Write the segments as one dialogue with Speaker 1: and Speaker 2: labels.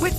Speaker 1: With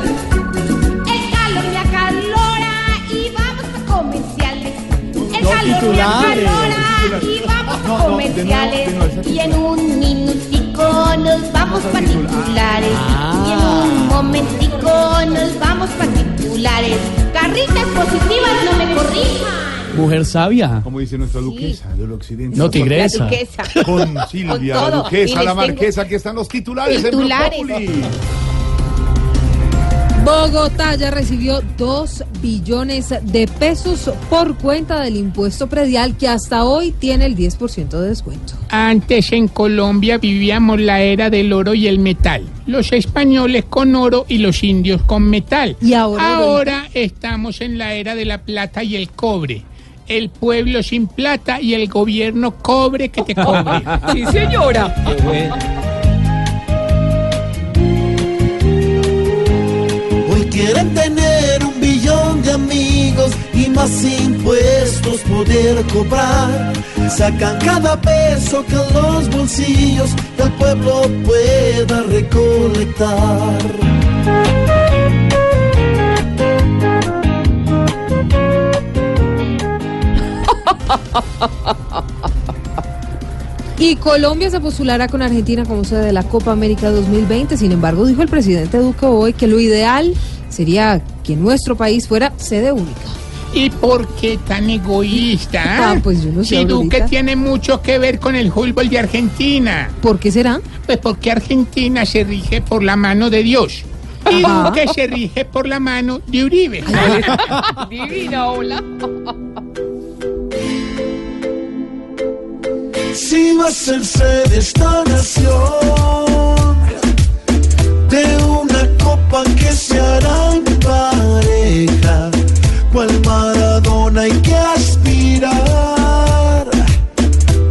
Speaker 2: El calor me acalora y vamos a comerciales. El
Speaker 3: No,
Speaker 2: calor
Speaker 3: titulares,
Speaker 2: me acalora y vamos
Speaker 3: No,
Speaker 2: a
Speaker 3: no,
Speaker 2: comerciales.
Speaker 3: de nuevo, de nuevo, esa
Speaker 2: y en un minutico nos vamos para titulares. Y en
Speaker 3: Ah.
Speaker 2: un momentico nos vamos para titulares. Carritas positivas no me corrijan.
Speaker 4: Mujer sabia.
Speaker 3: Como dice nuestra duquesa del occidente.
Speaker 4: No, tigresa.
Speaker 2: Duquesa.
Speaker 3: Con Silvia,
Speaker 2: Con
Speaker 3: la
Speaker 2: todo. Y les
Speaker 3: duquesa, la
Speaker 2: tengo-
Speaker 3: marquesa. Aquí están los titulares. en Blue
Speaker 2: Titulares.
Speaker 3: Populi.
Speaker 5: Bogotá ya recibió 2 billones de pesos por cuenta del impuesto predial que hasta hoy tiene el 10% de descuento.
Speaker 4: Antes en Colombia vivíamos la era del oro y el metal. Los españoles con oro y los indios con metal.
Speaker 5: Y ahora-
Speaker 4: Ahora estamos en la era de la plata y el cobre. El pueblo sin plata y el gobierno cobre que te cobre. sí, señora.
Speaker 6: Hoy quieren tener un billón de amigos y más impuestos poder cobrar. Sacan cada peso que los bolsillos del pueblo pueda recolectar.
Speaker 5: Y Colombia se postulará con Argentina como sede de la Copa América 2020. Sin embargo, dijo el presidente Duque hoy que lo ideal sería que nuestro país fuera sede única.
Speaker 4: ¿Y por qué tan egoísta?
Speaker 5: Ah, pues yo no sé,
Speaker 4: Si Duque
Speaker 5: Aurorita.
Speaker 4: tiene mucho que ver con el fútbol de Argentina.
Speaker 5: ¿Por qué será?
Speaker 4: Pues porque Argentina se rige por la mano de Dios. Y
Speaker 5: Ajá.
Speaker 4: Duque se rige por la mano de Uribe.
Speaker 6: Si va a ser sede esta nación de una copa que se hará en pareja, cual Maradona hay que aspirar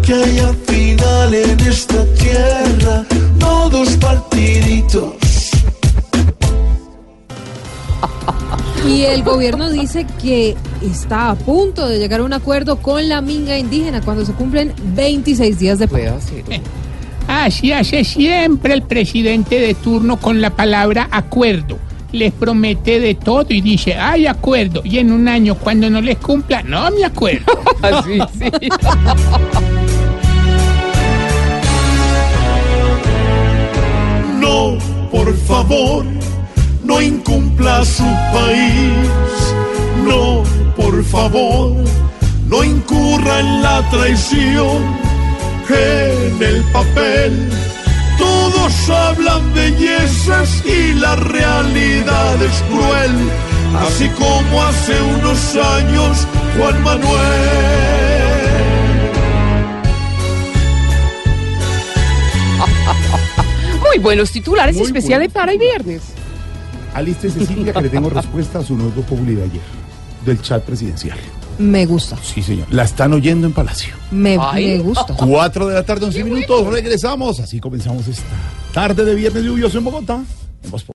Speaker 6: que haya final en esta tierra, no dos partiditos.
Speaker 5: Y el gobierno dice que está a punto de llegar a un acuerdo con la minga indígena cuando se cumplen 26 días de paz.
Speaker 4: Así hace siempre el presidente de turno con la palabra acuerdo. Les promete de todo y dice, hay acuerdo. Y en un año, cuando no les cumpla, no me acuerdo.
Speaker 6: No, por favor, no incumpla su país. No, por favor, no incurra en la traición. En el papel, todos hablan bellezas y la realidad es cruel. Así como hace unos años Juan Manuel.
Speaker 7: Muy buenos titulares,
Speaker 3: Muy
Speaker 7: especial
Speaker 3: buenos
Speaker 7: de para y viernes.
Speaker 3: Alístese, Silvia, que le tengo respuesta a su nuevo Populi de ayer. Del chat presidencial.
Speaker 5: Me gusta,
Speaker 3: Sí, señor. La están oyendo en Palacio.
Speaker 5: me, me
Speaker 7: Ay.
Speaker 5: gusta.
Speaker 1: Ah.
Speaker 3: 4 de la tarde, 11 minutos. Regresamos. Así comenzamos esta tarde de viernes lluvioso en Bogotá. En Voz Populi.